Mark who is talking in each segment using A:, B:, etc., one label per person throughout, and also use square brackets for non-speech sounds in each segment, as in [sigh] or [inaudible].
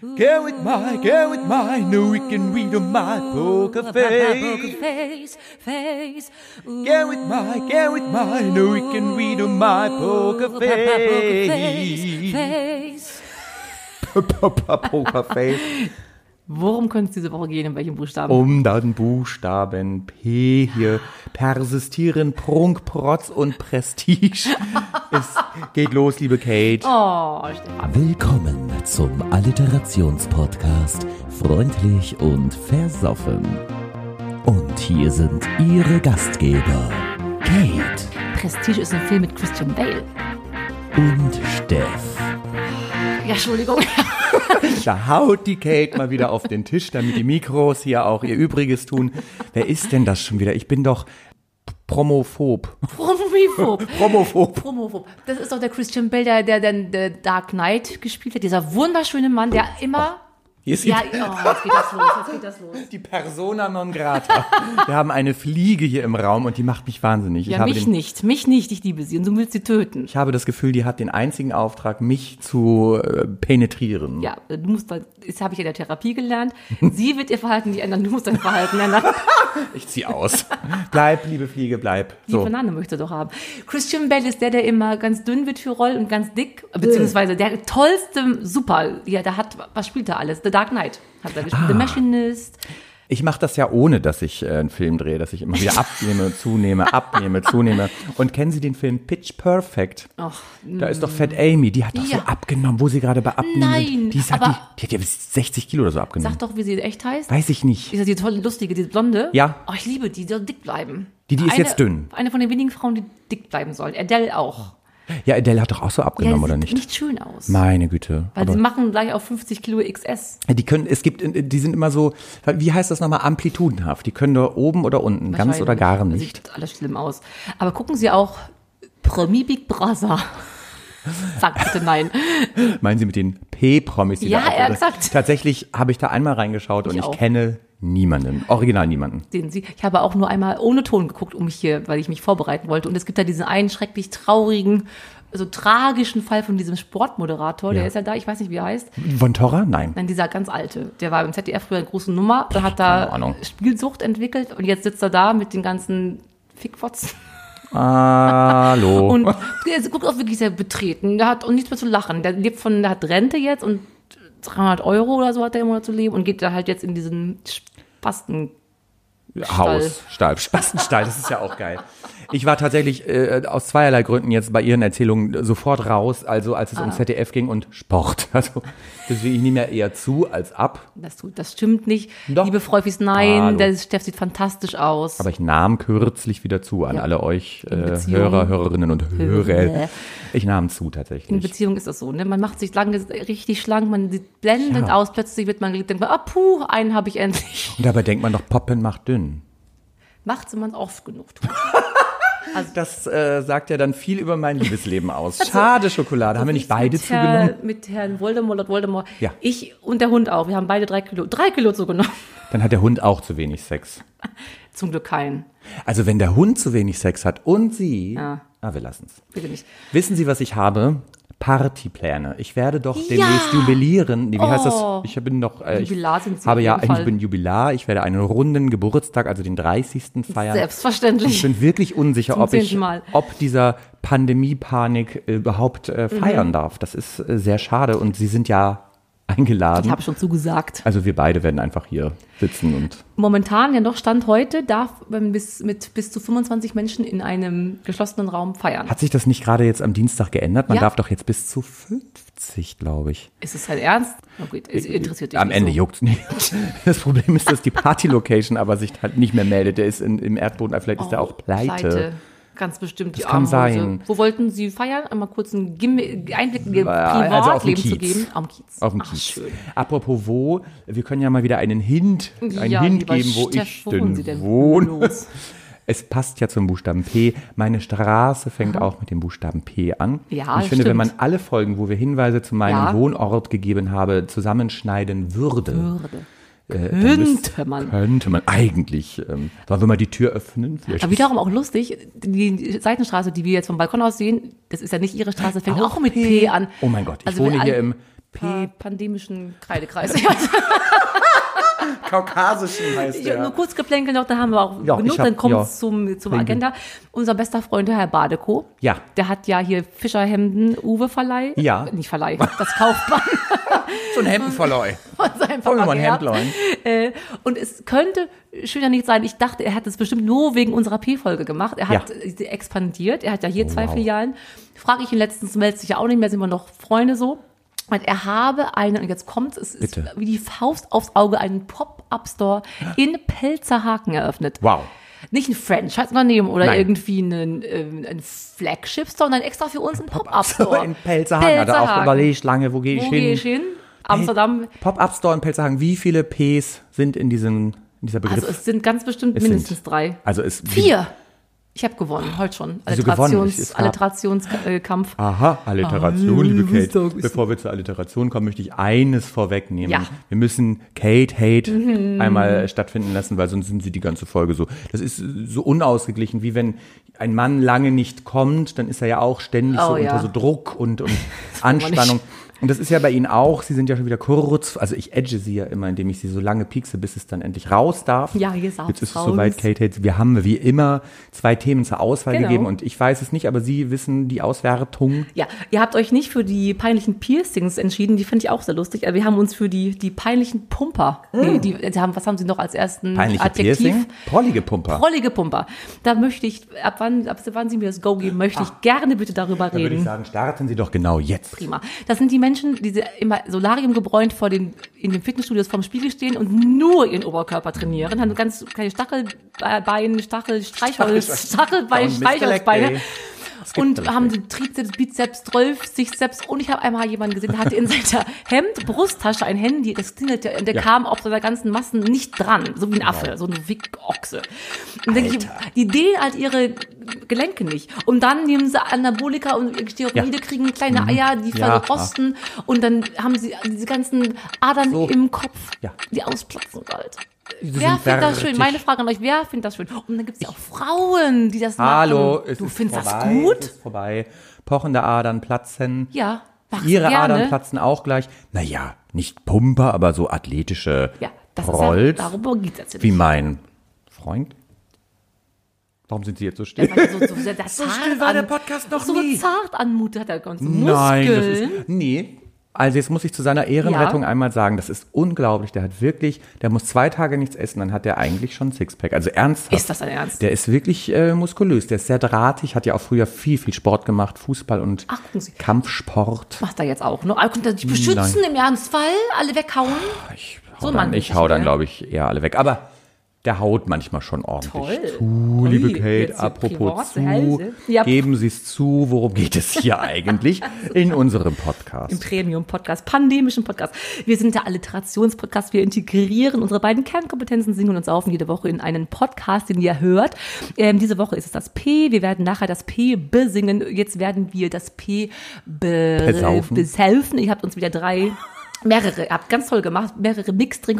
A: Go with my, go with my, no we can read on my poker face.
B: face, face. Ooh,
A: Go with my, go with my, no we can read on my poker face.
B: face.
A: Pokerface.
C: Worum könnte es diese Woche gehen? In welchem Buchstaben?
A: Um dann Buchstaben P hier persistieren, Prunk, Protz und Prestige. es geht los, liebe Kate.
C: Oh, Stefan.
D: Willkommen zum Alliterationspodcast Freundlich und Versoffen. Und hier sind Ihre Gastgeber, Kate
C: Prestige ist ein Film mit Christian Bale.
D: und Steff.
C: Ja, Entschuldigung. [laughs]
A: Da haut die Kate mal wieder auf den Tisch, damit die Mikros hier auch ihr Übriges tun. Wer ist denn das schon wieder? Ich bin doch Promophob.
C: Promophob.
A: Promophob.
C: Promophob. Das ist doch der Christian Bale, der, der dann der Dark Knight gespielt hat. Dieser wunderschöne Mann, der immer.
A: Hier ist
C: Ja, oh, jetzt geht das los. Jetzt geht das los.
A: die Persona non grata. Wir haben eine Fliege hier im Raum und die macht mich wahnsinnig. ich
C: Ja,
A: habe
C: mich
A: den,
C: nicht. Mich nicht. Ich liebe sie. Und du willst sie töten.
A: Ich habe das Gefühl, die hat den einzigen Auftrag, mich zu äh, penetrieren.
C: Ja, du musst, mal- das habe ich in der Therapie
A: [laughs]
C: gelernt. Sie wird ihr Verhalten nicht ändern. Du musst dein Verhalten ändern.
A: Ich zieh
C: [laughs]
A: aus. bleib, liebe Fliege, bleib.
C: Die
A: So.
C: Banane möchte doch haben. Christian Bell ist der, der immer ganz dünn wird für Roll und ganz dick, beziehungsweise der tollste Super. Ja, der hat, was spielt er alles? The Dark Knight hat er
A: Ah.
C: gespielt. The Machinist.
A: Ich mache das ja ohne, dass ich äh, einen Film drehe, dass ich immer wieder
C: [laughs]
A: abnehme, zunehme, abnehme, zunehme. Und kennen Sie den Film Pitch Perfect?
C: Ach,
A: Da ist doch Fat Amy, die hat doch so
C: Ja.
A: abgenommen, wo sie gerade bei abnehmen.
C: Nein,
A: die, ist, hat,
C: aber-
A: die, die hat ja bis 60 Kilo oder so abgenommen.
C: sag doch, wie sie echt heißt.
A: Weiß ich nicht.
C: Ist das die tolle, lustige, die blonde?
A: Ja.
C: Oh, ich liebe die, die soll dick bleiben.
A: Die, die ist
C: eine,
A: jetzt dünn.
C: Eine von den wenigen Frauen, die dick bleiben sollen. Adele auch.
A: Ja, Adele hat doch auch so
C: Ja,
A: abgenommen,
C: die
A: Genau, oder
C: sieht
A: nicht?
C: nicht schön aus.
A: Meine Güte.
C: Weil
A: Aber
C: sie machen gleich auf 50 Kilo XS.
A: die können, es gibt, äh, die sind immer so, wie heißt das nochmal, amplitudenhaft. Die können da oben oder unten, ganz oder gar
C: Wahrscheinlich. Also
A: nicht.
C: Sieht alles schlimm aus. Aber gucken Sie auch Promi
A: [laughs]
C: Big Brother. Sag bitte nein.
A: Meinen Sie mit den P-Promis? die
C: Ja,
A: da auf-
C: ja, exakt.
A: Tatsächlich habe ich da einmal reingeschaut und
C: Ich
A: ich
C: auch.
A: kenne niemanden, original niemanden.
C: Sehen Sie, ich habe auch nur einmal ohne Ton geguckt, um mich hier, weil ich mich vorbereiten wollte. Und es gibt da diesen einen schrecklich traurigen, so tragischen Fall von diesem Sportmoderator.
A: Ja.
C: Der ist ja da, ich weiß nicht, wie er heißt.
A: Von Torra?
C: [laughs]
A: Nein.
C: Nein, dieser ganz alte. Der war im ZDF früher eine große Nummer. Der hat
A: keine
C: da
A: Ahnung.
C: Spielsucht entwickelt. Und jetzt sitzt er da mit den ganzen Fickfotzen.
A: Hallo.
C: Und der guckt auch wirklich sehr betreten. Der hat auch nichts mehr zu lachen. Der lebt von, der hat Rente jetzt und 300 Euro oder so hat er im Monat zu leben und geht da halt jetzt in diesen Spasten.
A: Haus, Stall, Spastenstall, das ist ja auch geil. Ich war tatsächlich äh, aus zweierlei Gründen jetzt bei Ihren Erzählungen sofort raus, also als es
C: Ah.
A: um ZDF ging und Sport. [laughs] Also deswegen ich nehme ja eher zu als ab,
C: Das, tut, das stimmt nicht.
A: Doch.
C: Liebe Freufis, nein,
A: Hallo.
C: der Steff sieht fantastisch aus.
A: aber ich nahm kürzlich wieder zu an
C: Ja.
A: alle euch äh,
C: Beziehung.
A: Hörer, Hörerinnen und Hörer.
C: Hörer.
A: Ich nahm zu
C: in
A: tatsächlich.
C: Beziehung ist das so, ne? Man macht sich lange richtig schlank, man sieht blendend
A: Ja.
C: aus, plötzlich wird man geliebt, denkt man, ah puh, einen habe ich
A: [laughs]
C: endlich.
A: Und dabei denkt man doch, Poppen macht dünn.
C: Macht's, wenn man es oft genug tut.
A: Das äh, sagt ja dann viel über mein Liebesleben aus.
C: Also,
A: Schade, Schokolade. Haben wir nicht beide
C: mit, Herr,
A: zugenommen?
C: mit Herrn Voldemort, Lord Voldemort.
A: Ja.
C: Ich und der Hund auch. Wir haben beide drei Kilo, drei Kilo zugenommen. [laughs]
A: Dann hat der Hund auch zu wenig Sex.
C: Zum Glück keinen.
A: Also wenn der Hund zu wenig Sex hat und sie...
C: Ja.
A: Ah, wir lassen's.
C: Bitte nicht.
A: Wissen Sie, was ich habe? Partypläne. Ich werde doch
C: Ja.
A: demnächst jubilieren. Nee, wie heißt das?
C: Oh.
A: Ich bin doch... Äh, ich
C: Jubilar sind Sie
A: habe
C: auf
A: ja,
C: jeden Fall.
A: ich bin Jubilar. Ich werde einen runden Geburtstag, also den 30. feiern. Ich
C: Selbstverständlich.
A: bin wirklich unsicher,
C: Zum
A: ob ich,
C: zehnten Mal.
A: ob dieser Pandemie-Panik äh, überhaupt äh,
C: Mhm.
A: feiern darf. Das ist äh, sehr schade und Sie sind ja
C: Ich
A: eingeladen.
C: habe schon zugesagt.
A: Also wir beide werden einfach hier sitzen und
C: Momentan, ja noch Stand heute, darf man bis, mit bis zu 25 Menschen in einem geschlossenen Raum feiern.
A: hat sich das nicht gerade jetzt am Dienstag geändert? Man
C: Ja.
A: darf doch jetzt bis zu 50, glaube ich.
C: Ist es halt ernst? Na gut, es interessiert dich
A: Äh, Am
C: nicht
A: Ende
C: so.
A: juckt's nicht. Das Problem ist, dass die Party-Location aber sich halt nicht mehr meldet. Der ist in, im Erdboden, vielleicht ist er auch pleite.
C: Oh, Ganz bestimmt. Das die
A: kann
C: Armhose.
A: sein.
C: Wo wollten Sie feiern? Einmal kurz einen Gimm- Einblick in Ihr
A: also auf dem
C: Privatleben zu
A: Kiez.
C: geben. Am Kiez.
A: Auf dem
C: Ach,
A: Kiez.
C: schön.
A: Apropos wo, wir können ja mal wieder einen Hint, einen
C: ja,
A: Hint
C: lieber
A: geben, wo
C: Steff,
A: ich
C: wo
A: denn,
C: wohnen Sie denn
A: wohne.
C: bloß?
A: Es passt ja zum Buchstaben P. Meine Straße fängt auch mit dem Buchstaben P an.
C: Ja,
A: Und ich finde, wenn
C: stimmt.
A: man alle Folgen, wo wir Hinweise zu meinem
C: Ja.
A: Wohnort gegeben habe, zusammenschneiden würde, äh,
C: Würde.
A: dann müsste-
C: Könnte man.
A: Könnte man eigentlich. Ähm, sollen wir mal die Tür öffnen? Vielleicht
C: Aber
A: ist-
C: wiederum auch lustig, die Seitenstraße, die wir jetzt vom Balkon aus sehen, das ist ja nicht ihre Straße, fängt auch,
A: Auch
C: mit
A: P.
C: P an.
A: Oh mein Gott, ich
C: Also
A: wohne
C: wenn
A: hier
C: alle- Ah.
A: im
C: pa pandemischen Kreidekreis. [laughs] Ja,
A: Kaukasischen heißt
C: ich hab nur
A: der.
C: kurz geplänkelt noch, da haben wir auch
A: Ja,
C: genug,
A: ich hab-
C: dann kommt
A: ja.
C: zum, zum
A: Wegen-
C: Agenda. Unser bester Freund, der Herr Badeko,
A: Ja.
C: der hat ja hier Fischerhemden, Uwe-Verleih.
A: Ja.
C: Nicht Verleih, das kauft man [laughs]
A: So ein Oh, Hemdenverleih.
C: von seinem
A: Wollen wir
C: Papa
A: mal ein
C: geerbt.
A: Hemdlein?
C: Äh, und es könnte schöner nicht sein. Ich dachte, er hat es bestimmt nur wegen unserer P-Folge gemacht. Er hat
A: Ja.
C: äh, expandiert. Er hat ja hier zwei
A: wow.
C: Filialen. Frage ich ihn letztens, meldet sich ja auch nicht mehr, sind wir noch Freunde so. Und er habe einen, und jetzt kommt es, ist
A: Bitte.
C: wie die Faust aufs Auge, einen Pop-Up-Store in Pelzerhaken eröffnet.
A: Wow.
C: Nicht ein Franchise-Unternehmen oder
A: Nein.
C: irgendwie einen, ähm, ein Flagship-Store, sondern extra für uns ein Pop-Up-Store.
A: In Pelzerhagen hat er auch
C: Pelzerhaken.
A: überlegt, lange, wo gehe ich
C: Wo
A: hin?
C: gehe ich hin? Amsterdam,
A: Pop-Up-Store in Pelzerhagen, wie viele Ps sind in, diesem, in dieser Begriff?
C: Also es sind ganz bestimmt
A: Es sind-
C: mindestens drei.
A: also es
C: Vier. Ich habe gewonnen, heute schon.
A: Also gewonnen,
C: Alliterations-
A: es gab-
C: Alliterationskampf.
A: Aha, Alliteration, liebe
C: was
A: Kate.
C: da Ah, ist-
A: Bevor wir zur Alliteration kommen, möchte ich eines vorwegnehmen.
C: Ja. Mhm.
A: Wir müssen Kate Hate einmal stattfinden lassen, weil sonst sind sie die ganze Folge so. Das ist so unausgeglichen, wie wenn ein Mann lange nicht kommt, dann ist er ja auch ständig so
C: Oh, ja.
A: unter so Druck und,
C: [laughs]
A: und Anspannung. Und das ist ja bei Ihnen auch. Sie sind ja schon wieder kurz. Also ich edge Sie ja immer, indem ich Sie so lange piekse, bis es dann endlich raus darf.
C: Ja, jetzt auch
A: Jetzt ist es
C: raus.
A: soweit, Kate Hates. Wir haben wie immer zwei Themen zur Auswahl
C: Genau. Hm,
A: gegeben und ich weiß es nicht, aber Sie wissen die Auswertung.
C: Ja, ihr habt euch nicht für die peinlichen Piercings entschieden, die finde ich auch sehr lustig. Aber wir haben uns für die, die peinlichen Pumper. Nee, die, die haben, was haben sie noch als ersten
A: Hm. Peinliche
C: Adjektiv?
A: Piercing? Prollige Pumper.
C: Rollige Pumper. Da möchte ich, ab wann, ab wann sie mir das Go geben, möchte ich gerne bitte darüber
A: Dann Ah. würde ich
C: reden.
A: sagen, starten Sie doch genau jetzt.
C: Prima. Das sind die Menschen, die sie immer Solarium gebräunt vor den, in den Fitnessstudios vorm Spiegel stehen und nur ihren Oberkörper trainieren, haben ganz kleine Stachelbeine, Stachel, Streichholz, Stachelbeine,
A: Down, Mr. Leg
C: Streichholzbeine.
A: Day.
C: Und
A: da
C: haben so Trizeps, Bizeps, Drolf, Sichzeps. Und ich habe einmal jemanden gesehen, der hatte in seiner Hemd-Brusttasche ein Handy, das klingelte und der
A: Ja. Genau.
C: kam auf seiner ganzen Massen nicht dran. So wie ein Affe, so eine Wick-Ochse. Und denke ich, die dehnen halt ihre Gelenke nicht. Und dann nehmen sie Anabolika und Steroide,
A: Ja. Mhm.
C: kriegen kleine Eier, die
A: Ja.
C: verrosten. Und dann haben sie diese ganzen Adern
A: So.
C: im Kopf,
A: Ja.
C: die ausplatzen bald.
A: Sie
C: Wer
A: sind
C: findet das schön?
A: fertig.
C: Meine Frage an euch, wer findet das schön? Und dann gibt es ja auch Frauen, die das
A: Hallo,
C: machen.
A: es
C: Du
A: ist
C: findest
A: vorbei,
C: das gut?
A: Es ist vorbei. Pochende Adern platzen.
C: Ja, mach's
A: Ihre
C: gerne.
A: Adern platzen auch gleich. Naja, nicht Pumper, aber so athletische
C: Ja, das
A: Prolls,
C: ist ja, darüber geht es jetzt
A: wie mein Freund. Warum sind Sie jetzt so still?
C: So, so, sehr-
A: [laughs]
C: sehr zart
A: still war der
C: an-
A: Podcast noch
C: so
A: nie.
C: zart anmutet hat er ganz so
A: Nein, das
C: Muskeln.
A: ist, nee. Also jetzt muss ich zu seiner Ehrenrettung
C: Ja.
A: einmal sagen, das ist unglaublich. Der hat wirklich, der muss zwei Tage nichts essen, dann hat er eigentlich schon ein Sixpack. Also ernsthaft.
C: Ist das dein Ernst?
A: Der ist wirklich äh, muskulös, der ist sehr drahtig, hat ja auch früher viel, viel Sport gemacht, Fußball und
C: Ach, gucken Sie.
A: Kampfsport.
C: Macht er jetzt auch, ne? Aber könnt er sich beschützen im Ernstfall? Alle weghauen?
A: Ich hau
C: So ein
A: dann,
C: Mann
A: ich
C: bin
A: hau
C: ich,
A: dann
C: ja.
A: glaube ich, eher alle weg. Aber der haut manchmal schon ordentlich
C: Toll.
A: zu, liebe
C: Ui,
A: Kate.
C: jetzt hier
A: Apropos
C: private
A: zu,
C: Hälse. Ja.
A: geben Sie es zu, worum geht es hier
C: [laughs]
A: eigentlich in unserem Podcast?
C: Premium-Podcast, pandemischen Podcast. Wir sind der Alliterationspodcast. Wir integrieren unsere beiden Kernkompetenzen, singen und saufen jede Woche in einen Podcast, den ihr hört. Ähm, diese Woche ist es das P. Wir werden nachher das P besingen. Jetzt werden wir das P be
A: Besaufen.
C: beselfen. Ihr habt uns wieder drei. Mehrere, ihr habt ganz toll gemacht, mehrere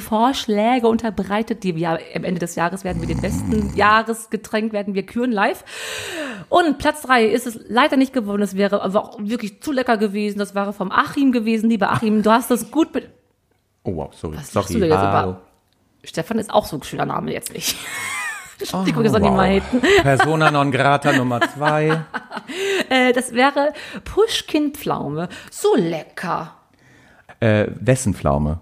C: Mixdrink-Vorschläge unterbreitet, die wir am Ende des Jahres werden wir den besten Jahresgetränk werden wir küren live. Und Platz drei ist es leider nicht geworden. Das wäre aber auch wirklich zu lecker gewesen. Das wäre vom Achim gewesen. Lieber Achim, du hast das gut mit.
A: Oh wow, sorry.
C: Was
A: sorry.
C: machst du denn jetzt?
A: Hallo.
C: Aber Stefan ist auch so ein schöner Name jetzt nicht. [laughs] Die gucke
A: Oh,
C: jetzt an die
A: wow.
C: Maiden.
A: [laughs] Persona non grata Nummer zwei.
C: Äh, Das wäre Pushkin-Pflaume. So lecker.
A: Äh, wessen Pflaume?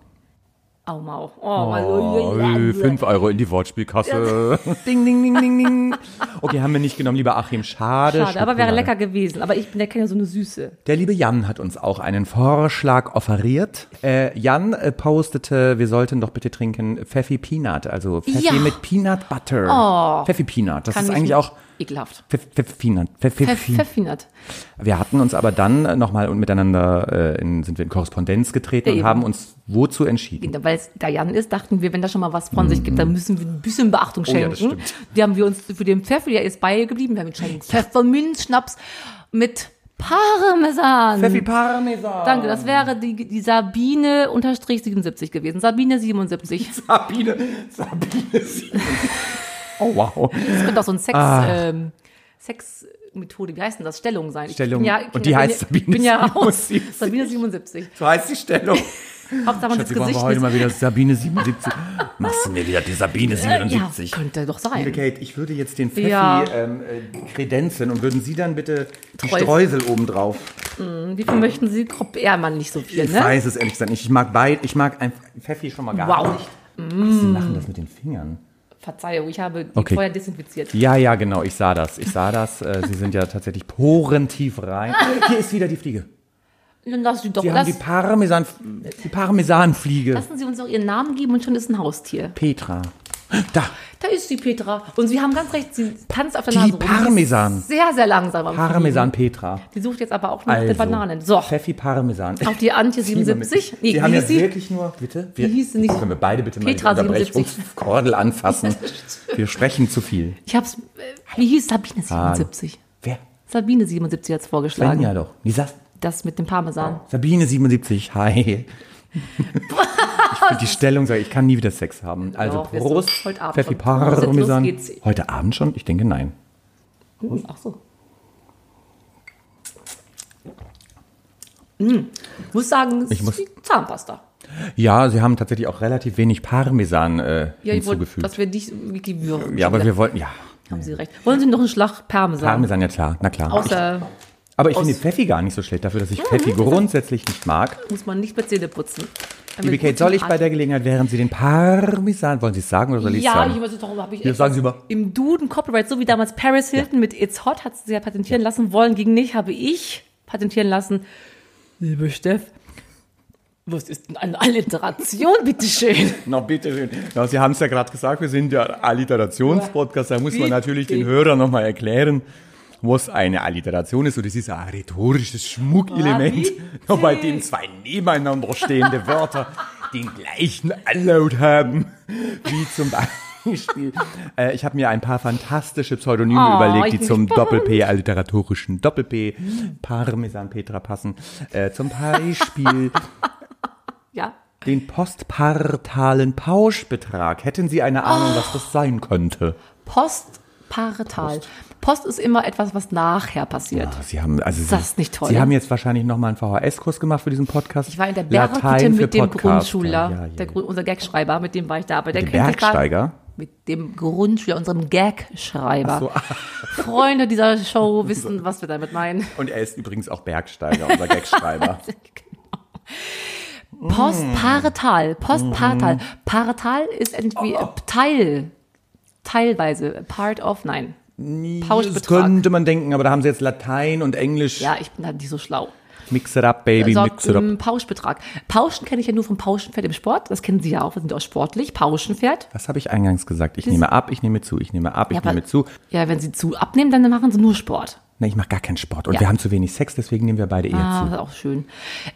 C: Au mau. Oh, oh,
A: Äh, fünf Euro in die Wortspielkasse. [laughs] ding, ding, ding, ding, ding. Okay, haben wir nicht genommen, lieber Achim. Schade.
C: Schade, aber
A: schmeckt
C: wäre
A: mir
C: lecker gewesen. Aber ich bin ja keine so eine Süße.
A: Der liebe Jan hat uns auch einen Vorschlag offeriert. Äh, Jan äh, postete, wir sollten doch bitte trinken Pfeffi Peanut, also Pfeffi
C: Ja.
A: mit Peanut Butter. Oh, Pfeffi Peanut, das
C: Kann
A: ist
C: ich
A: eigentlich
C: nicht.
A: auch [laughs]
C: Ekelhaft.
A: Pfeff- Pfeffi Peanut. Pfeffi.
C: Pfeffinert.
A: Wir hatten uns aber dann nochmal und miteinander äh, in, sind wir in Korrespondenz getreten
C: Ja,
A: und
C: eben.
A: haben uns wozu entschieden.
C: Weil es der Jan ist, dachten wir, wenn da schon mal was von sich gibt, dann müssen wir ein bisschen Beachtung
A: Oh ja,
C: schenken.
A: das
C: die haben wir uns für den Pfeffer, der ist beigeblieben, wir haben ihn schon Pfefferminzschnaps mit Parmesan.
A: Pfeffi Parmesan.
C: Danke, das wäre die, die Sabine unterstrich 77 gewesen. Sabine 77.
A: Sabine. Sabine. Sie- oh wow. Ah.
C: Das könnte auch so ein Sex, ähm, Sex Methode, wie heißt denn das? Stellung sein. Ich
A: Stellung.
C: bin ja,
A: Und die
C: bin
A: heißt
C: ja,
A: Sabine
C: Ich bin ja [laughs] raus.
A: 77.
C: Sabine 77.
A: So heißt die Stellung.
C: Hauptsache man das
A: Schatzi, wollen wir
C: Gesicht
A: heute
C: nicht.
A: mal wieder Sabine 77. Machst du mir wieder die Sabine
C: Äh, Ja,
A: 77?
C: könnte doch
A: Liebe
C: sein.
A: Kate, ich würde jetzt den Pfeffi
C: Ja.
A: ähm, äh, kredenzen und würden Sie dann bitte die
C: Treuf-
A: Streusel obendrauf.
C: Wie viel möchten Sie? Krupp Ehrmann nicht so viel,
A: Ich
C: ne?
A: weiß es ehrlich gesagt nicht. Ich mag beide. Ich mag ein Pfeffi schon mal gar
C: Wow. Mm.
A: nicht. Ach, Sie machen das mit den Fingern.
C: Verzeihung, ich habe die
A: Okay.
C: vorher desinfiziert.
A: Ja, ja, genau. Ich sah das. Ich sah das. Äh, Sie sind ja tatsächlich porentief rein. Hier ist wieder die Fliege.
C: Dann lassen Sie doch
A: Sie haben
C: das.
A: die Parmesan, die Parmesanfliege.
C: Lassen Sie uns auch Ihren Namen geben und schon ist ein Haustier.
A: Petra. Da.
C: Da ist die Petra. Und Sie haben ganz recht, sie tanzt auf der
A: Die
C: Nase rum. Sie ist
A: Parmesan.
C: Sehr, sehr langsam. am
A: Parmesan Petra.
C: Fliegen. Die sucht jetzt aber auch nach
A: Also,
C: den Bananen. So,
A: Pfeffi Parmesan.
C: auf die Antje 77.
A: Nee,
C: Nee,
A: wir haben
C: wie
A: ja
C: hieß sie?
A: wirklich nur. Bitte? Wir,
C: Wie hieß sie nicht?
A: Können wir beide bitte
C: Petra
A: mal die
C: 77.
A: Unterbrechungskordel
C: [laughs]
A: anfassen? wir sprechen zu viel.
C: Ich hab's, äh, wie hieß Sabine 77?
A: Wer?
C: Sabine 77 hat's vorgeschlagen.
A: Ah, Svenja doch. Die saß,
C: Das mit dem Parmesan.
A: Sabine 77. Hi. ich finde die Stellung, sag ich ich kann nie wieder Sex haben. Also
C: Doch, wir sind
A: Prost.
C: heute Abend
A: Pfeffi
C: schon. Prost, los
A: Parmesan.
C: geht's.
A: Heute Abend schon? Ich denke nein.
C: Hm, ach so. Hm. Muss sagen, es
A: Ich muss-
C: ist wie Zahnpasta.
A: Ja, sie haben tatsächlich auch relativ wenig Parmesan äh,
C: Ja, ich wollte,
A: hinzugefügt.
C: dass wir dich wirklich würgen.
A: ja, aber wir wollten, ja.
C: Haben Sie recht. Wollen Sie noch einen Schlag Parmesan?
A: Parmesan, ja klar, na klar. Ich,
C: Außer
A: aber ich
C: aus-
A: finde Pfeffi gar nicht so schlecht, dafür, dass ich Pfeffi grundsätzlich nicht mag.
C: muss man nicht mit Zähne putzen.
A: Liebe Kate, soll ich bei der Gelegenheit, während Sie den Parmesan, wollen Sie es sagen oder soll ich es
C: Ja,
A: sagen?
C: ich weiß nicht, darum habe ich
A: Ja,
C: echt
A: sagen Sie mal.
C: im Duden Copyright, so wie damals Paris Hilton mit It's Hot hat sie ja patentieren lassen wollen, ging nicht, habe ich patentieren lassen. Liebe Steff, was ist denn eine Alliteration, bitteschön?
A: [laughs] Na, bitteschön. Ja, Sie haben es ja gerade gesagt, wir sind ja Alliterationspodcast. Da muss man
C: Wie-
A: natürlich den
C: wie-
A: Hörern nochmal erklären, was eine Alliteration ist. Und es ist ein rhetorisches Schmuckelement, [laughs] noch bei dem zwei nebeneinander stehende Wörter den gleichen Anlaut haben, wie zum Beispiel. Äh, ich habe mir ein paar fantastische Pseudonyme
C: Oh,
A: überlegt, die
C: ich bin
A: zum
C: gespannt.
A: Doppel-P, alliteratorischen Doppel-P, Parmesan Petra passen. Äh, zum Beispiel
C: Ja,
A: den postpartalen Pauschbetrag. Hätten Sie eine Ahnung, was das sein könnte?
C: postpartal. Post ist immer etwas, was nachher passiert.
A: Ah, Sie haben also Sie,
C: das nicht toll?
A: Sie haben jetzt wahrscheinlich noch mal einen VHS-Kurs gemacht für diesen Podcast.
C: Ich war in der Berghütte
A: Latein für
C: mit dem
A: Podcaster. Ja,
C: Grundschüler,
A: ja,
C: Der,
A: ja.
C: Grund- unser Gagschreiber, mit dem war ich da. Aber der
A: Dem
C: kennt sich da-
A: Bergsteiger?
C: Mit dem Grundschüler, unserem Gagschreiber.
A: So, ah,
C: Freunde dieser Show wissen, was wir damit meinen. [laughs]
A: und er ist übrigens auch Bergsteiger, unser Gagschreiber.
C: Genau. Postpartal,
A: Mhm.
C: postpartal. Partal ist irgendwie
A: Oh.
C: Teil, teilweise, part of, nein.
A: Das
C: [laughs] Pauschbetrag.
A: könnte man denken, aber da haben sie jetzt Latein und Englisch.
C: Ja, Also, ähm, ich bin halt nicht so schlau.
A: Mix it up, baby, mix
C: Sorgt
A: it up.
C: ein Pauschbetrag. Pauschen kenne ich ja nur vom Pauschenpferd im Sport. Das kennen Sie ja auch. Wir sind ja auch sportlich. Pauschenpferd.
A: Was habe ich eingangs gesagt? Ich nehme ab, ich nehme zu, ich nehme ab, ich
C: Ja, aber-
A: nehme zu.
C: Ja, wenn Sie zu abnehmen, dann machen Sie nur Sport.
A: Nee, ich mache gar keinen Sport. Und
C: Ja.
A: wir haben zu wenig Sex, deswegen nehmen wir beide eher
C: Ah,
A: zu.
C: das ist auch schön.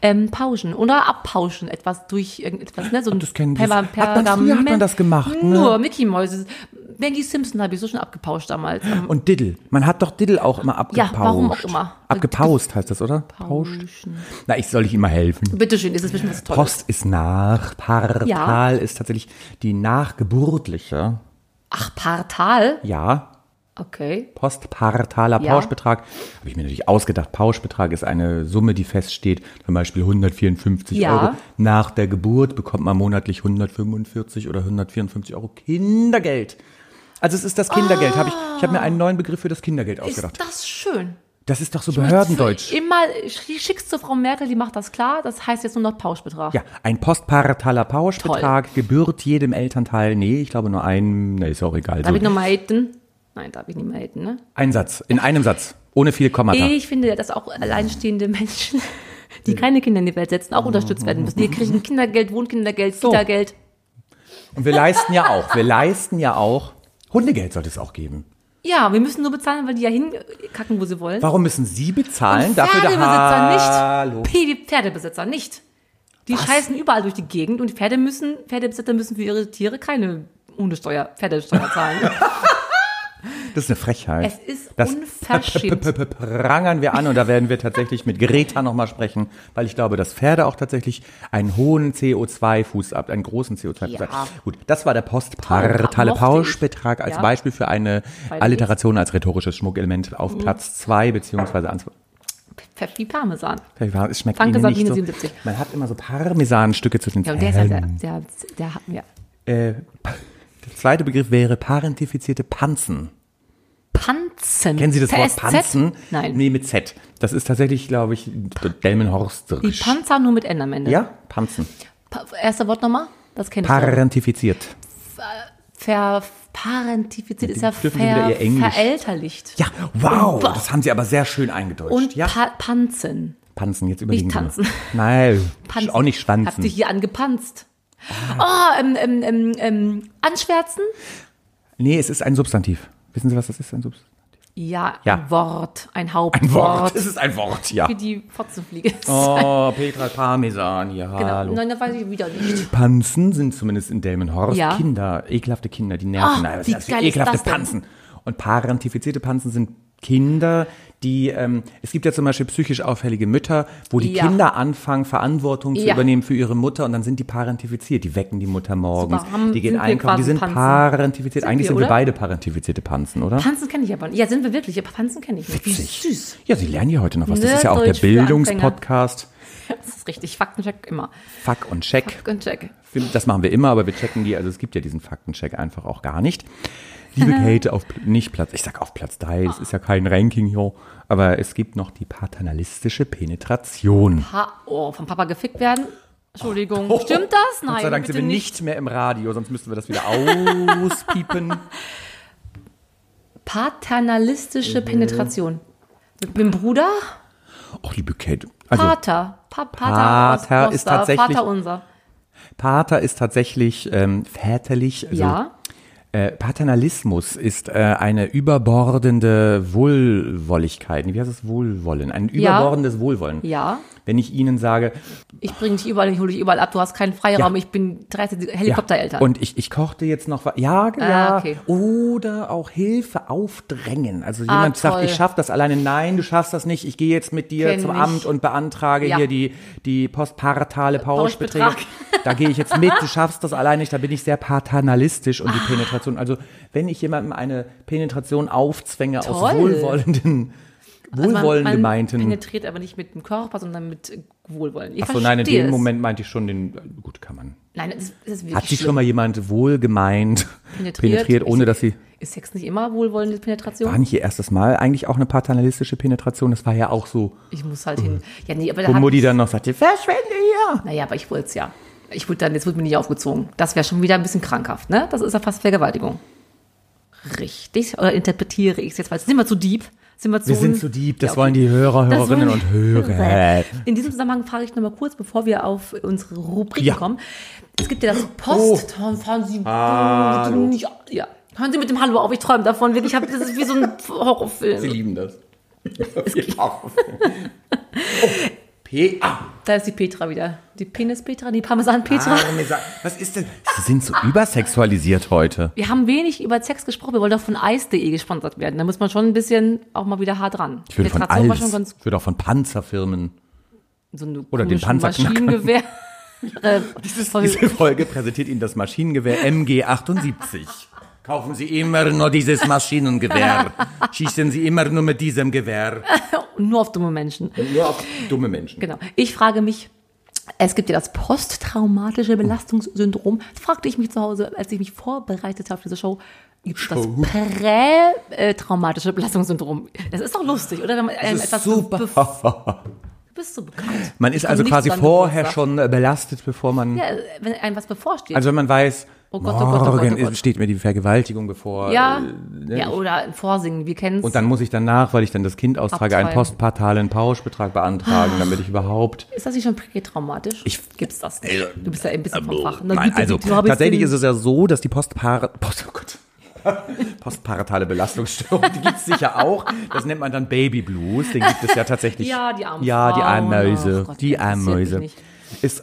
C: Ähm, Pauschen oder abpauschen, etwas durch irgendetwas, ne? So ein
A: das kennen wir.
C: Perma-
A: Hat man- früher hat man
C: Pergament.
A: das gemacht, ne?
C: Nur Mickey Mäuse. Maggie Simpson habe ich so schon abgepauscht damals. Ähm,
A: Und Diddle. Man hat doch Diddle auch immer abgepaust.
C: warum auch immer. Also
A: Abgepaust heißt das, oder? Pauscht. Na, ich soll ich immer helfen.
C: Bitteschön, ist es bestimmt was Tolles.
A: Post ist nach, Partal
C: Ja.
A: ist tatsächlich die nachgeburtliche.
C: Ach, Partal?
A: Ja,
C: Okay.
A: postpartaler
C: Ja.
A: Pauschbetrag. Habe ich mir natürlich ausgedacht. Pauschbetrag ist eine Summe, die feststeht, zum Beispiel 154
C: Ja.
A: Euro. Nach der Geburt bekommt man monatlich 145 oder 154 Euro Kindergeld. Also es ist das Kindergeld. Hab ich ich habe mir einen neuen Begriff für das Kindergeld
C: Ist
A: ausgedacht.
C: das schön?
A: Das ist doch so Behördendeutsch.
C: Immer sch- schickst du Frau Merkel, die macht das klar. Das heißt jetzt nur noch Pauschbetrag.
A: Ja, ein postparataler Pauschbetrag gebührt jedem Elternteil. Nee, ich glaube nur einem. Nee, ist auch egal.
C: Darf ich
A: So,
C: nochmal haten? Nein, darf ich nicht mehr haten, ne?
A: ein Satz, in einem Satz, ohne viele Kommata.
C: Ich finde, dass auch alleinstehende Menschen, [laughs] die keine Kinder in die Welt
A: Oh.
C: setzen, auch unterstützt werden müssen. Die kriegen Kindergeld, Wohnkindergeld, Kita-Geld.
A: Und wir leisten ja auch, wir leisten ja auch, Hundegeld sollte es auch geben.
C: Ja, wir müssen nur bezahlen, weil die ja hinkacken, wo sie wollen.
A: Warum müssen Sie bezahlen? Dafür der
C: Pferdebesitzer
A: Hallo.
C: nicht. P wie Pferdebesitzer nicht. Die scheißen überall durch die Gegend und die
A: [laughs]
C: Pferde müssen, Pferdebesitzer müssen für ihre Tiere keine Hundesteuer, Pferdesteuer zahlen.
A: Das ist eine Frechheit.
C: Es ist
A: das [laughs]
C: unverschämt.
A: p- p- p- prangern wir an und da werden wir tatsächlich mit Greta nochmal sprechen, weil ich glaube, dass Pferde auch tatsächlich einen hohen CO2-Fußabdruck, einen großen CO2-Fußabdruck.
C: Ja.
A: Gut, das war der postpartale
C: mochte
A: Pauschbetrag als
C: Ja.
A: Beispiel für eine
C: Weil
A: Alliteration als rhetorisches Schmuckelement auf
C: Mhm.
A: Platz zwei beziehungsweise an
C: Pfeffi wie Parmesan.
A: es schmeckt
C: Franke
A: Ihnen nicht
C: Sabine,
A: so.
C: 77.
A: Man hat immer so Parmesanstücke zwischen
C: Ja,
A: den
C: und der ist ja der,
A: Zähnen.
C: der, der hat mir.
A: Äh, pa- Der zweite Begriff wäre parentifizierte Panzen.
C: Panzen.
A: Kennen Sie das Wort
C: PSZ?
A: Panzen?
C: Nein.
A: Nee, mit Z. Das ist tatsächlich, glaube ich, Delmenhorst.
C: Die Panzer nur mit N am Ende.
A: Ja, Panzen.
C: Pa erste Wort nochmal? Das kenne ich. Ver
A: Parentifiziert.
C: ver parentifiziert ist ja
A: Dürfen Sie wieder
C: ver
A: Ihr Englisch?
C: verelterlicht.
A: Ja, wow,
C: Boah.
A: das haben Sie aber sehr schön eingedeutscht.
C: Und
A: ja,
C: pa Panzen.
A: Panzen, jetzt überlegen
C: nicht
A: Sie mal.
C: tanzen.
A: Nein,
C: Panzen.
A: auch nicht
C: Hab dich
A: schwanzen. Ah.
C: hier angepanzt. Oh, ähm, ähm, ähm, ähm, anschwärzen?
A: Nee, es ist ein Substantiv. Wissen Sie, was das ist, ein Substantiv?
C: Ja,
A: Ja.
C: ein Wort, ein Hauptwort.
A: Ein Wort.
C: [laughs]
A: Es ist ein Wort, ja.
C: Wie die Fotzenfliege.
A: Oh, Petra Parmesan, ja, hallo.
C: genau. Nein, das weiß ich wieder nicht.
A: Panzen sind zumindest in Delmenhorst
C: Ja.
A: Kinder, ekelhafte Kinder, die nerven.
C: Ah,
A: Nein, was
C: wie
A: ist das für
C: geil ist
A: ekelhafte
C: das denn?
A: Panzen. Und parentifizierte Panzen sind Kinder, die, ähm, es gibt ja zum Beispiel psychisch auffällige Mütter, wo die
C: Ja.
A: Kinder anfangen, Verantwortung zu
C: Ja.
A: übernehmen für ihre Mutter und dann sind die parentifiziert. Die wecken die Mutter morgens,
C: Super, haben-
A: die gehen
C: sind wir
A: einkaufen, die
C: quasi
A: sind
C: Panzen?
A: parentifiziert.
C: Sind
A: Eigentlich
C: wir,
A: sind wir
C: oder?
A: beide parentifizierte Panzen, oder?
C: Panzen kenne ich aber nicht. Ja, sind wir wirklich. Aber Panzen kenne ich nicht. Wie süß.
A: ja, sie lernen ja heute noch was. Das
C: Ne,
A: ist ja auch der
C: Deutsch für Anfänger.
A: Bildungspodcast.
C: Das ist richtig. Faktencheck immer.
A: Fuck und Check.
C: Fuck und check.
A: Das machen wir immer, aber wir checken die. Also es gibt ja diesen Faktencheck einfach auch gar nicht. Liebe
C: Genau.
A: Kate, auf Pl- nicht Platz, ich sag auf Platz 3, es ist ja kein Ranking hier, aber es gibt noch die paternalistische Penetration.
C: Pa oh, vom Papa gefickt werden? Entschuldigung. Stimmt das?
A: Oh,
C: Nein,
A: Gott sei Dank
C: bitte
A: sind wir
C: nicht.
A: nicht mehr im Radio, sonst müssten wir das wieder
C: [laughs]
A: auspiepen. Mhm.
C: Paternalistische Penetration. Mit dem Bruder?
A: Och, liebe Kate, also
C: Pater. Pa Pater,
A: Pater
C: aus
A: ist
C: Kloster,
A: tatsächlich-
C: Pater unser.
A: Pater ist tatsächlich ähm, väterlich, also
C: ja.
A: Äh, Paternalismus ist äh, eine überbordende Wohlwolligkeit. Wie heißt es? Wohlwollen. Ein
C: Ja.
A: überbordendes Wohlwollen.
C: Ja.
A: Wenn ich Ihnen sage,
C: Ich bringe dich überall, ich hole dich überall ab. Du hast keinen Freiraum. Ich bin 13 Helikoptereltern.
A: und ich, ich kochte jetzt noch was. Ja,
C: Ah,
A: ja.
C: okay.
A: Oder auch Hilfe aufdrängen. Also
C: Ah,
A: jemand sagt,
C: toll.
A: ich schaffe das alleine. Nein, du schaffst das nicht. Ich gehe jetzt mit dir
C: Kenn
A: zum
C: ich.
A: Amt und beantrage
C: Ja.
A: hier die, die postparatale Pauschbeträge.
C: Pauschbetrag.
A: Da gehe ich jetzt mit, du schaffst das alleine nicht. Da bin ich sehr paternalistisch
C: Ah.
A: und die Penetration. Also wenn ich jemandem eine Penetration aufzwänge aus
C: Toll.
A: wohlwollenden,
C: Also man-
A: wohlwollend
C: man
A: gemeinten.
C: penetriert aber nicht mit dem Körper, sondern mit äh, Wohlwollen. Ich
A: Ach so, nein, in
C: verstehe
A: dem
C: es.
A: Moment meinte ich schon den, gut, kann man.
C: Nein, das ist, das ist wirklich
A: Hat sie
C: schlimm.
A: schon mal jemand wohlgemeint penetriert, ohne dass sie.
C: Ist Sex nicht immer wohlwollende Penetration?
A: War nicht ihr erstes Mal eigentlich auch eine paternalistische Penetration? Das war ja auch so,
C: Ich muss halt hin. Ja, nee, aber da
A: wo
C: hat,
A: Mutti dann noch sagte, verschwinde hier.
C: Naja, aber ich wollte es ja. Ich wurde dann, jetzt wurde mir nicht aufgezogen. Das wäre schon wieder ein bisschen krankhaft, ne? Das ist ja fast Vergewaltigung. Richtig? Oder interpretiere ich es jetzt falsch? Sind wir zu deep? Sind wir zu
A: Wir sind zu deep, das
C: Ja, okay.
A: wollen die Hörer,
C: Das
A: Hörerinnen
C: wollen-
A: und Hörer.
C: In diesem Zusammenhang frage ich nochmal kurz, bevor wir auf unsere Rubrik
A: Ja.
C: kommen. Es gibt ja das Post. Oh. Fahren Sie Ja, ja. Hören Sie mit dem Hallo auf, ich träume davon. Ich hab, das ist wie so ein Horrorfilm.
A: lieben das. [laughs] Oh, PA.
C: Da ist die Petra wieder. Die Penis-Petra, die Parmesan-Petra.
A: Ah, Was ist denn? Sie sind so übersexualisiert heute.
C: Wir haben wenig über Sex gesprochen. Wir wollten doch von Eis.de gesponsert werden. Da muss man schon ein bisschen auch mal wieder hart ran.
A: Ich würde von
C: Penetration
A: alles,
C: war schon ganz
A: ich würde auch von Panzerfirmen.
C: so eine
A: Oder den
C: komischen
A: Panzerknacker. [laughs]
C: Maschinengewehr. Äh, voll-
A: Diese Folge präsentiert Ihnen das Maschinengewehr MG78. Kaufen Sie immer nur dieses Maschinengewehr. Schießen Sie immer nur mit diesem Gewehr.
C: [laughs] nur auf dumme Menschen.
A: Nur auf dumme Menschen.
C: Genau. Ich frage mich, es gibt ja das posttraumatische Belastungssyndrom. Das fragte ich mich zu Hause, als ich mich vorbereitet habe auf diese Show. Gibt es das
A: Show.
C: prätraumatische Belastungssyndrom? Das ist doch lustig, oder? Wenn man ähm,
A: ist
C: etwas
A: super.
C: bef- Du bist so bekannt.
A: Man ist
C: Von
A: also
C: nichts
A: quasi
C: an
A: vorher
C: Geburtstag.
A: schon äh, belastet, bevor man.
C: Ja, äh, wenn einem was bevorsteht.
A: Also wenn man weiß,
C: Gott, oh Gott, oh Gott, oh
A: morgen
C: Gott.
A: steht mir die Vergewaltigung bevor.
C: ja,
A: äh,
C: ja, oder ein Vorsingen, wir kennen es.
A: Und dann muss ich danach, weil ich dann das Kind austrage, einen
C: Abtreiben.
A: postpartalen Pauschbetrag beantragen, damit ich überhaupt.
C: Ist das nicht schon prätraumatisch?
A: Ich-
C: Gibt's das nicht? Du bist ja ein bisschen vom
A: Also,
C: Fach. Na,
A: Nein,
C: bitte,
A: also
C: bitte, hab ich
A: tatsächlich
C: den-
A: ist es ja so, dass die Postpar Post, oh Gott. [laughs] postparatale Belastungsstörung, die gibt es sicher auch. Das nennt man dann Baby Blues. Den gibt es ja tatsächlich.
C: [laughs] Ja, die armen
A: Ja, die armen
C: Frauen.
A: Mäuse.
C: Ach Gott,
A: die
C: interessiert
A: [laughs] armen
C: mich
A: Mäuse.
C: nicht.
A: Ist,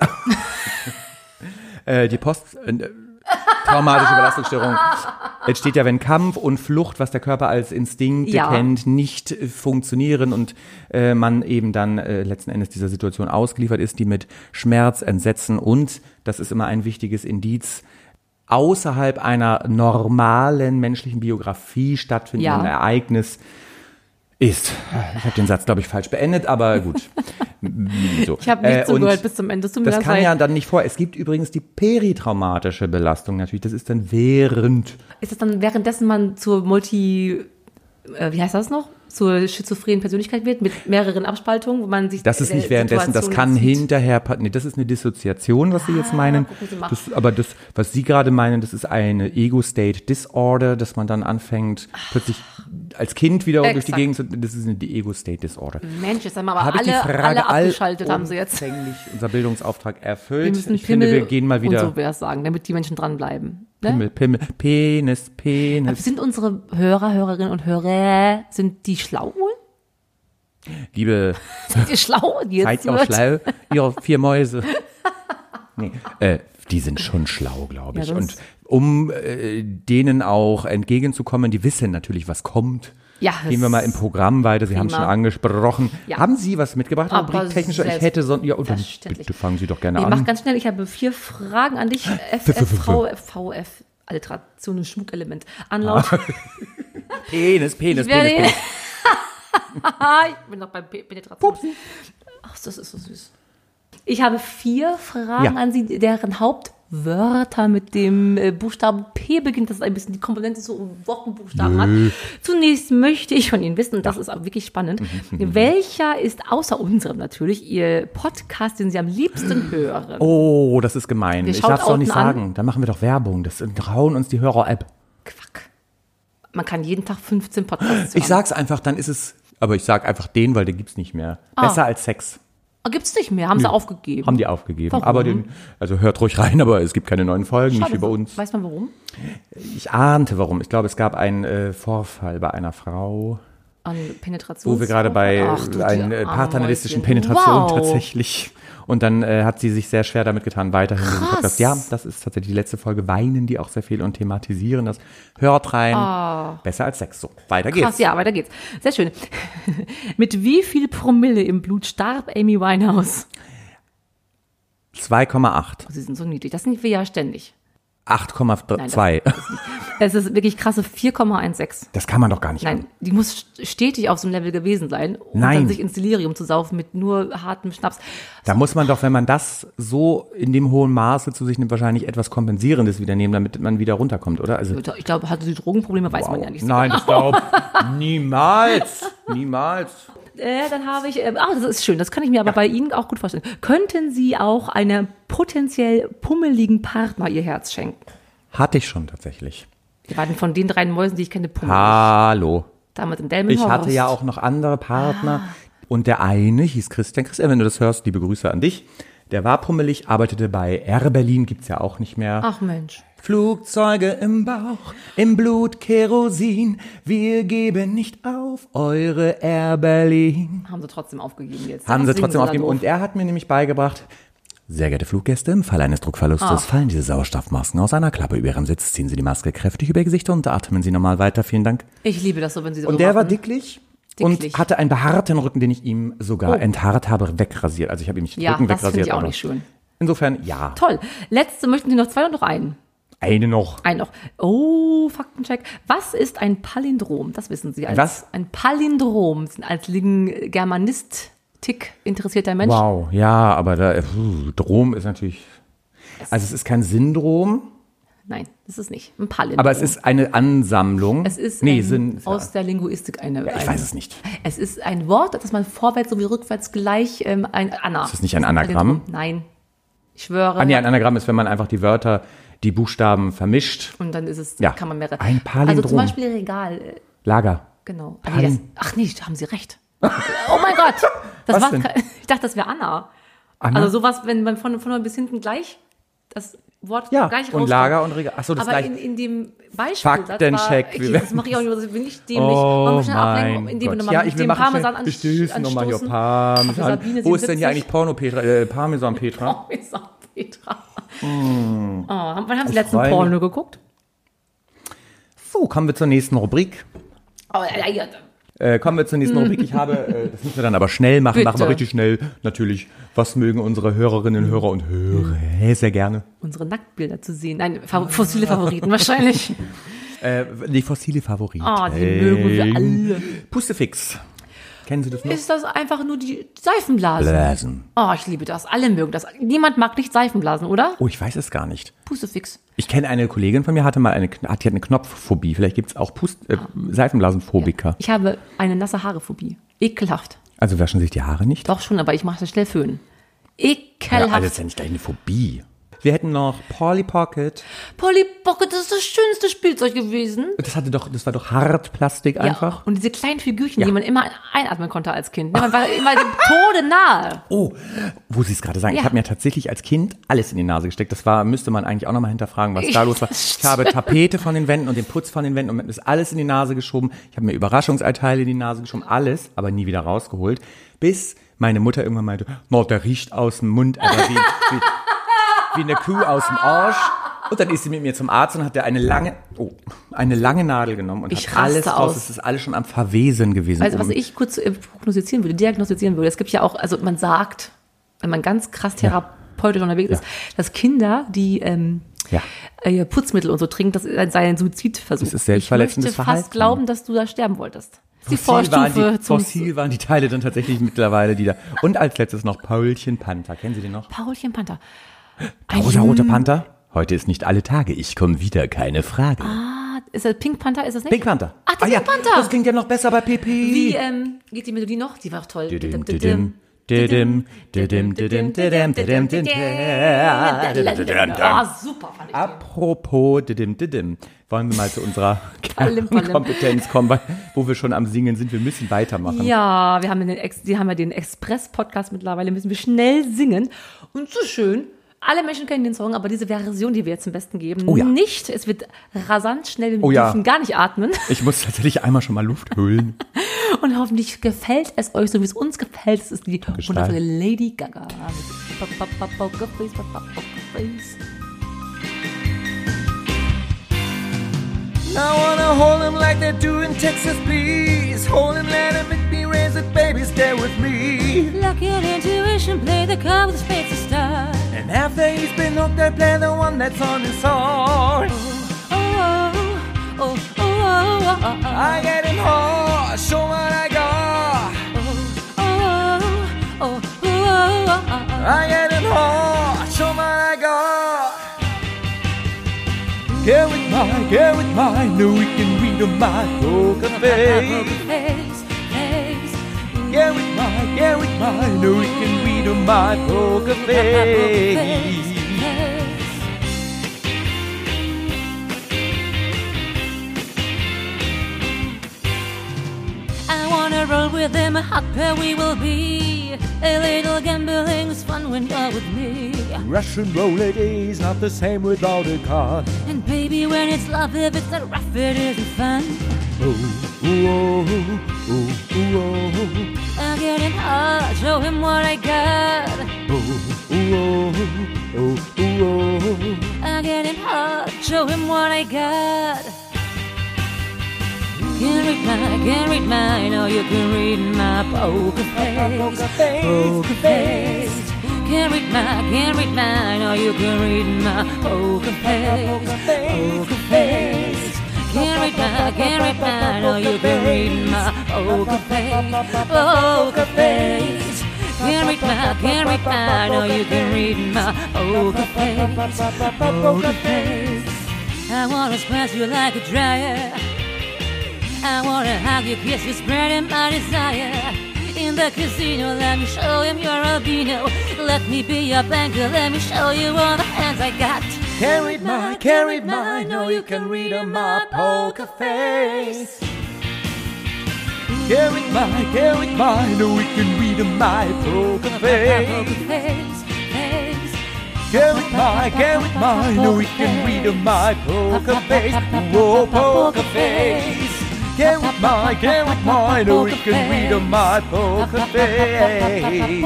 A: äh, die Post. Äh, traumatische Belastungsstörung. Es steht ja, wenn Kampf und Flucht, was der Körper als Instinkt
C: Ja.
A: kennt, nicht äh, funktionieren und äh, man eben dann äh, letzten Endes dieser Situation ausgeliefert ist, die mit Schmerz, Entsetzen und, das ist immer ein wichtiges Indiz, außerhalb einer normalen menschlichen Biografie stattfindenden
C: Ja.
A: Ereignis ist. Ich habe den Satz, glaube ich, falsch beendet, aber gut. So.
C: Ich habe nicht
A: Äh, und
C: zugehört bis zum Ende. Das tut mir
A: das
C: das
A: kann
C: leid.
A: ja dann nicht vor. Es gibt übrigens die peritraumatische Belastung natürlich. Das ist dann während.
C: Ist das dann währenddessen man zur Multi, äh, wie heißt das noch? Zur schizophrenen Persönlichkeit wird mit mehreren Abspaltungen, wo man sich.
A: Das ist
C: der
A: nicht währenddessen. Das
C: Äh, Situation
A: kann
C: entzieht.
A: hinterher. pa- Nee, das ist eine Dissoziation, was Sie jetzt meinen.
C: gucken Sie mal.
A: Das, aber das, was Sie gerade meinen, das ist eine Ego-State Disorder, dass man dann anfängt, plötzlich als Kind wieder durch die
C: Exakt. Mhm.
A: Gegend zu. Das ist eine Ego-State Disorder.
C: Mensch, jetzt haben wir aber
A: Habe ich
C: alle,
A: die Frage
C: alle abgeschaltet, haben sie jetzt.
A: allumfänglich unser Bildungsauftrag
C: Wir
A: erfüllt.
C: müssen
A: ich finde, wir gehen mal wieder.
C: und so ne? was sagen, damit die Menschen dranbleiben. Ne?
A: Pimmel, Pimmel, Penis, Penis.
C: Sind unsere Hörer, Hörerinnen und Hörer, sind die schlau wohl?
A: Liebe
C: Sind die schlau? Die
A: Seid
C: jetzt
A: ihr auch
C: wird?
A: schlau? Ihr vier
C: [laughs]
A: Mäuse. Nee, äh, die sind schon schlau, glaube
C: Ja,
A: ich. Und
C: sonst-
A: um äh, denen auch entgegenzukommen, die wissen natürlich, was kommt.
C: Ja,
A: Gehen wir
C: es-
A: mal im Programm weiter. Sie haben es schon
C: Prima.
A: angesprochen.
C: Ja.
A: Haben Sie was mitgebracht?
C: Aber
A: Rubriktechnische- Ich
C: selbst-
A: hätte so. Ja, und dann
C: selbstverständlich.
A: bitte fangen Sie doch gerne
C: Nee,
A: an.
C: mach ganz schnell, ich habe vier Fragen an dich. FF, VF, VF, Alliteration und Schmuckelement. Anlaut.
A: Penis, Penis,
C: Ich werde-
A: Penis, Penis. Ah.
C: [laughs] ich bin noch beim Pe- Penetration. Ach, das ist so süß. Ich habe vier Fragen
A: Ja.
C: an Sie, deren Hauptwörter mit dem äh, Buchstaben P beginnt. Das ist ein bisschen die Komponente so Wochenbuchstaben hat. Zunächst möchte ich von Ihnen wissen, und das ist auch wirklich spannend,
A: Mhm,
C: welcher ist außer unserem natürlich Ihr Podcast, den Sie am liebsten hören?
A: Oh, das ist gemein.
C: Wir
A: Ich darf es doch
C: shoutouten
A: nicht
C: an.
A: sagen. Dann machen wir doch Werbung. Das trauen uns die Hörer-App.
C: Quack. Man kann jeden Tag 15 Podcasts hören.
A: Ich sag's einfach, dann ist es. Aber ich sag einfach den, weil den gibt's nicht mehr. Besser als Sex.
C: Ah, Gibt's nicht mehr, haben sie aufgegeben.
A: Haben die aufgegeben.
C: Warum?
A: Aber den, also hört ruhig rein, aber es gibt keine neuen Folgen,
C: Schade,
A: nicht über uns.
C: Weiß man warum?
A: Ich ahnte warum. Ich glaube, es gab einen äh, Vorfall bei einer Frau,
C: An Penetration.
A: wo wir gerade bei
C: Ach, du, die
A: einer äh,
C: armen
A: paternalistischen
C: Mäuschen.
A: Penetration
C: wow.
A: tatsächlich. Und dann äh, hat sie sich sehr schwer damit getan, weiterhin diesen
C: Krass.
A: Podcast. Ja, das ist tatsächlich die letzte Folge. Weinen die auch sehr viel und thematisieren das. Hört rein. Besser als Sex. So, weiter geht's.
C: Ah. Krass, ja, weiter geht's. Sehr schön. [laughs] Mit wie viel Promille im Blut starb Amy Winehouse?
A: 2,8.
C: Oh, Sie sind so niedlich. Das sind wir ja ständig. Nein,
A: 8,2. Das,
C: Es ist wirklich krasse 4,16.
A: kann man doch gar nicht.
C: Nein, die muss stetig auf so einem Level gewesen sein, um
A: Nein.
C: dann sich ins Delirium zu saufen mit nur hartem Schnaps.
A: Da muss man doch, wenn man das so in dem hohen Maße zu sich nimmt, wahrscheinlich etwas Kompensierendes wieder nehmen, damit man wieder runterkommt, oder? Also,
C: Ich glaube, hatte sie Drogenprobleme, weiß man ja nicht so genau.
A: Nein, ich glaube, niemals, niemals.
C: Äh, dann habe ich, äh, ah, das ist schön, das kann ich mir aber bei Ihnen auch gut vorstellen. Könnten Sie auch einem potenziell pummeligen Partner Ihr Herz schenken?
A: Hatte ich schon tatsächlich.
C: Wir waren von den dreien Mäusen, die ich kenne, pummelig.
A: Hallo.
C: Damals im Delmenhorst.
A: Ah, Ich hatte ja auch noch andere Partner
C: Ah.
A: und der eine hieß Christian. Christian, wenn du das hörst, liebe Grüße an dich. Der war pummelig, arbeitete bei Air Berlin, gibt's ja auch nicht mehr.
C: Ach Mensch.
A: Flugzeuge im Bauch, im Blut Kerosin, wir geben nicht auf eure Air Berlin.
C: Haben sie trotzdem aufgegeben jetzt.
A: Haben
C: Was
A: sie
C: singen
A: trotzdem
C: da
A: aufgegeben.
C: doof?
A: Und er hat mir nämlich beigebracht, sehr geehrte Fluggäste, im Fall eines Druckverlustes
C: Ah.
A: fallen diese Sauerstoffmasken aus einer Klappe über Ihren Sitz, ziehen Sie die Maske kräftig über Ihr Gesicht und atmen Sie normal weiter. Vielen Dank.
C: Ich liebe das so, wenn sie so
A: Und der war
C: machen.
A: dicklich.
C: Dicklich. Oh.
A: Und hatte einen behaarten Rücken, den ich ihm sogar enthaart habe, wegrasiert. Also ich habe ihm nicht den
C: Ja,
A: Rücken
C: das finde
A: wegrasiert.
C: ich auch
A: aber-
C: nicht schön.
A: Insofern, ja.
C: Toll. Letzte möchten Sie noch zwei und noch einen.
A: Eine noch.
C: Einen noch. Oh, Faktencheck. Was ist ein Palindrom? Das wissen Sie. Als,
A: was?
C: Ein Palindrom. Sind Als liegen Germanistik interessierter Mensch.
A: Wow, ja, aber da, äh, puh, Drom ist natürlich. Also es ist kein Syndrom,
C: Nein, das ist nicht. Ein Palindrom.
A: aber es ist eine Ansammlung.
C: Es ist
A: nee,
C: ein,
A: Sinn,
C: aus der Linguistik eine.
A: ja, ich
C: eine-
A: weiß es nicht.
C: Es ist ein Wort, das man vorwärts sowie rückwärts gleich ähm, ein Anna. Ist
A: das nicht ein Anagramm?
C: Nein. Ich schwöre.
A: Ah, nee, ein Anagramm ist, wenn man einfach die Wörter, die Buchstaben vermischt.
C: und dann ist es,
A: Ja.
C: kann man mehrere.
A: Ein
C: Also zum
A: Palindrom.
C: Beispiel Regal, äh,
A: Lager.
C: genau. Ah, nee, das,
A: Palin-
C: ach nee, da haben Sie recht. [laughs] oh mein Gott. Das
A: Was
C: war, [laughs]
A: denn?
C: Ich dachte, das wäre Anna.
A: Anna?
C: Also sowas, wenn man von, von bis hinten gleich das Wort
A: Ja,
C: gar nicht
A: und
C: rauskomme.
A: Lager und Regal. Achso, das
C: Aber
A: gleich.
C: in, in dem Beispiel,
A: Faktencheck.
C: das, war, okay, das mache ich auch nicht, bin ich dämlich.
A: [laughs] Oh
C: Warum schnell ablenken,
A: mein
C: indem wir
A: Gott.
C: nochmal
A: Ja,
C: mit
A: ich will
C: dem
A: machen
C: Parmesan
A: schnell.
C: an,
A: Bestimmt noch mal hier
C: anstoßen.
A: Parmesan.
C: Sabine
A: Wo ist denn hier
C: 77?
A: eigentlich Porno Petra? Äh, Parmesan [laughs] Petra?
C: Parmesan, Oh, Petra. Oh, wann haben Sie
A: Mm. Ich
C: letzten
A: freu mich.
C: Porno geguckt?
A: So, kommen wir zur nächsten Rubrik.
C: Oh, ja, ja,
A: Äh, kommen wir zur nächsten Rubrik. Ich habe, [laughs] äh, das müssen wir dann aber schnell machen,
C: Bitte.
A: machen wir richtig schnell. Natürlich, was mögen unsere Hörerinnen, Hörer und Hörer sehr gerne?
C: unsere Nacktbilder zu sehen. Nein, Fa- fossile Favoriten
A: [laughs]
C: wahrscheinlich.
A: Äh, die fossile Favoriten.
C: Oh, die mögen wir alle.
A: Pustefix. Kennen Sie das noch?
C: Ist das einfach nur die Seifenblasen?
A: Blasen.
C: Oh, ich liebe das. Alle mögen das. Niemand mag nicht Seifenblasen, oder?
A: Oh, ich weiß es gar nicht.
C: Pustefix.
A: Ich kenne eine Kollegin von mir, hatte mal eine, Kn- hat, die hat eine Knopfphobie. Vielleicht gibt es auch Pust, äh, Seifenblasenphobiker.
C: Ich habe eine nasse Haarephobie. Ekelhaft.
A: Also waschen sich die Haare nicht?
C: Doch schon, aber ich mache das schnell föhnen.
A: Ja, alles ist
C: Ekelhaft.
A: ja nicht gleich eine Phobie. Wir hätten noch Polly Pocket.
C: Polly Pocket, das ist das schönste Spielzeug gewesen.
A: Das hatte doch, das war doch Hartplastik
C: Ja.
A: einfach.
C: Und diese kleinen Figürchen, die man immer einatmen konnte als Kind. Ne? Man war immer
A: [laughs]
C: dem Tode nahe.
A: Oh, wo Sie es gerade sagen, ich
C: Ja.
A: habe mir tatsächlich als Kind alles in die Nase gesteckt. Das war, müsste man eigentlich auch nochmal hinterfragen, was da
C: Ich-
A: los war. Ich habe Tapete von den Wänden und den Putz von den Wänden und mir ist alles in die Nase geschoben. Ich habe mir Überraschungseiteile in die Nase geschoben, alles, aber nie wieder rausgeholt. Bis meine Mutter irgendwann meinte, no, der riecht aus dem Mund, aber wie, wie, wie eine Kuh aus dem Arsch. Und dann ist sie mit mir zum Arzt und hat da eine lange, oh, eine lange Nadel genommen und
C: Ich
A: hat alles
C: raste
A: raus.
C: aus.
A: Es ist alles schon am Verwesen gewesen. um
C: Also was
A: oben.
C: ich kurz äh, prognostizieren würde, diagnostizieren würde, es gibt ja auch, also man sagt, wenn man ganz krass therapeutisch unterwegs ist, dass Kinder, die ähm,
A: Ja.
C: äh, Putzmittel und so trinken, das ist ein- sei ein Suizidversuch.
A: Das ist selbstverletzendes
C: Ich möchte
A: Verhalten.
C: fast glauben, dass du da sterben wolltest. Das ist die
A: Fossil waren
C: Vorstufe
A: die,
C: zum
A: Fossil waren die Teile dann tatsächlich mittlerweile, die da. Und als letztes noch Paulchen Panther. Kennen Sie den noch?
C: Paulchen Panther.
A: Der rosa-rote Panther? Heute ist nicht alle Tage. Ich komme wieder, keine Frage.
C: Ah, Ist das Pink Panther? Ist das nicht?
A: Pink Panther.
C: Ach, der Pink Panther.
A: Das klingt ja noch besser bei PP.
C: Wie ähm, geht die Melodie noch? Die war doch toll.
A: Didim, didim, didim, didim, didim, didim, didim, didim.
C: Ah, super, fand ich. den.
A: Apropos didim didim, wollen wir mal zu unserer
C: [laughs] Palim, palim.
A: Kompetenz kommen, weil- wo wir schon am Singen sind. Wir müssen weitermachen.
C: Ja, wir haben, den Ex die haben ja den Express-Podcast mittlerweile, müssen wir schnell singen. Und so schön, alle Menschen kennen den Song, aber diese Version, die wir jetzt zum Besten geben,
A: Oh ja.
C: nicht. Es wird rasant schnell, wir
A: Oh ja.
C: dürfen gar nicht atmen.
A: Ich muss tatsächlich einmal schon mal Luft holen.
C: Und hoffentlich gefällt es euch, so wie es uns gefällt. Es ist die wundervolle Lady Gaga.
E: I wanna hold him like they do in Texas, please. Hold him, let him make me raise it, baby, stay with me.
B: Lock your intuition, play the card with spades to start.
E: And after he's been hooked, I play the one that's on his horn.
B: Oh, oh, oh, oh, oh, oh, oh.
E: I get him hard, show what I got.
B: Oh, oh, oh, oh, oh, oh.
E: I get him hard, show what I got. Get with my, get with my, no we can read on my poker face.
B: Face, face,
E: Get with my, get with my, no we can read on my poker
B: face,
E: face.
B: face. I wanna roll with him, a hot pair we will be. A little gambling's fun when you're with me.
E: Russian roulette is not the same without a card.
B: And baby, when it's love, if it's not rough, it isn't fun.
E: Ooh, ooh, ooh, oh, ooh, ooh,
B: I'll get him hard, show him what I got.
E: ooh, ooh, ooh, ooh, ooh.
B: I'll get him hard, show him what I got. You can read my, can read mine, oh, you can read my poker face.
E: Poker face,
B: Poker
E: face.
B: face. Can read my, can read mine, oh, you can read my poker face.
E: Poker face,
B: Poker face. Can read my, can read mine, oh, you can read my poker Oh, face. Poker face. Can read my, can read mine, oh, you can read my oh, poker face. Poker face. I wanna smash you like a dryer. I wanna hug you, kiss you, spreading my desire. In the casino, let me show him your albino. Let me be your banker, let me show you all the hands I got.
E: Can't read my, can't read my, no you can read on my poker face. Can't read my, can't read my, no you can read on my poker
B: My poker
E: face.
B: face, face.
E: Get with my, get with my, no we can read on my poker face. Whoa, poker face. Get with my, get with my, no we can read on my poker face.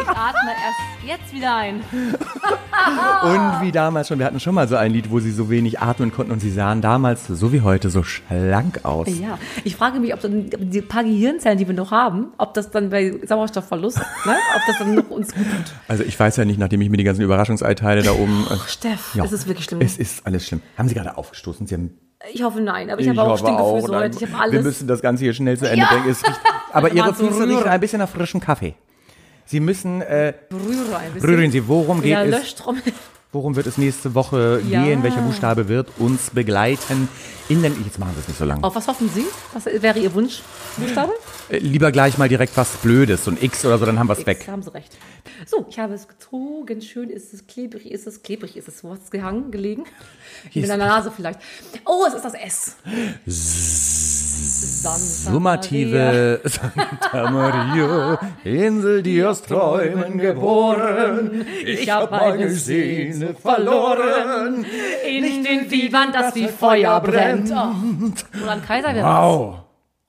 C: Ich atme erst jetzt wieder ein.
A: Und wie damals schon, wir hatten schon mal so ein Lied, wo sie so wenig atmen konnten und sie sahen damals, so wie heute, so schlank aus.
C: Ja, ich frage mich, ob dann die paar Gehirnzellen, die wir noch haben, ob das dann bei Sauerstoffverlust, ne, ob das dann noch uns gut tut.
A: Also ich weiß ja nicht, nachdem ich mir die ganzen Überraschungsei-Teile da oben... äh,
C: [laughs] Steff,
A: ja.
C: es ist wirklich schlimm.
A: Es ist alles schlimm. Haben Sie gerade aufgestoßen? Sie haben
C: ich hoffe nein, aber ich, habe auch
A: hoffe auch,
C: Stinkefüße
A: nein.
C: heute. Ich habe
A: Wir
C: alles.
A: müssen das Ganze hier schnell zu Ende
C: Ja.
A: bringen. Es
C: [laughs]
A: riecht, aber Ihre
C: Mal zu
A: Füße riechen
C: rühren.
A: ein bisschen nach frischem Kaffee. Sie müssen, äh,
C: Rühre ein bisschen.
A: rühren Sie, worum geht
C: ja,
A: es?
C: Löschtrommel.
A: Worum wird es nächste Woche
C: Ja.
A: gehen? Welcher Buchstabe wird uns begleiten? In den, jetzt machen wir es nicht so lang.
C: Auf was hoffen Sie? Was wäre Ihr Wunsch? Buchstabe?
A: Äh, lieber gleich mal direkt was Blödes, so ein X oder so, dann haben wir es weg.
C: Da haben Sie recht. So, ich habe es gezogen. Schön ist es, klebrig ist es, klebrig ist es. Wo hat es gehangen, gelegen?
A: Hier
C: Mit
A: ist-
C: einer Nase vielleicht. Oh, es ist das S. Santa Maria.
A: Summative [laughs] Santa Maria, Insel, die aus Träumen geboren.
C: Ich habe meine Sehne verloren. In den Vivan, das wie Feuer brennt. Oh. Roland Kaiser wäre
A: Wow.
C: das.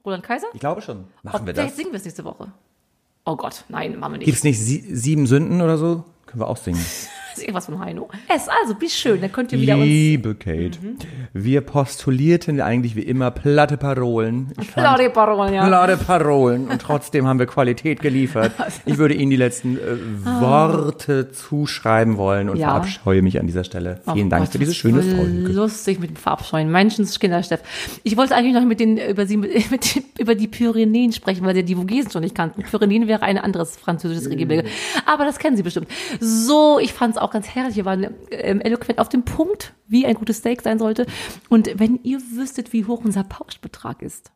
C: Roland Kaiser?
A: Ich glaube schon. Machen wir das.
C: Vielleicht singen wir es nächste Woche. Oh Gott, nein, machen wir nicht.
A: Gibt es nicht sie sieben Sünden oder so? Können wir auch singen.
C: Das ist irgendwas von Heino. Es, also, bis schön. Dann könnt ihr wieder uns. Mhm.
A: Liebe Kate, wir postulierten eigentlich wie immer platte Parolen. Ich fand-
C: Claudia Baron, ja.
A: Platte Parolen. Und trotzdem haben wir Qualität
C: [laughs]
A: geliefert. Ich würde Ihnen die letzten äh, Worte zuschreiben wollen und
C: Ah. Ja.
A: verabscheue mich an dieser Stelle. Vielen
C: Oh
A: Dank
C: Gott,
A: für diese
C: das
A: schöne
C: war
A: Folge.
C: Lustig mit dem Verabscheuen. Menschenskinder, Steff. Ich wollte eigentlich noch mit den, über sie, [laughs] mit, den- über die Pyrenäen sprechen, weil sie die Vogesen schon nicht kannten. Pyrenäen wäre ein anderes
A: Mm.
C: französisches Gebirge. Aber das kennen sie bestimmt. So, ich fand es auch ganz herrlich. Wir waren ähm, eloquent auf dem Punkt, wie ein gutes Steak sein sollte. Und wenn ihr wüsstet, wie hoch unser Pauschbetrag ist.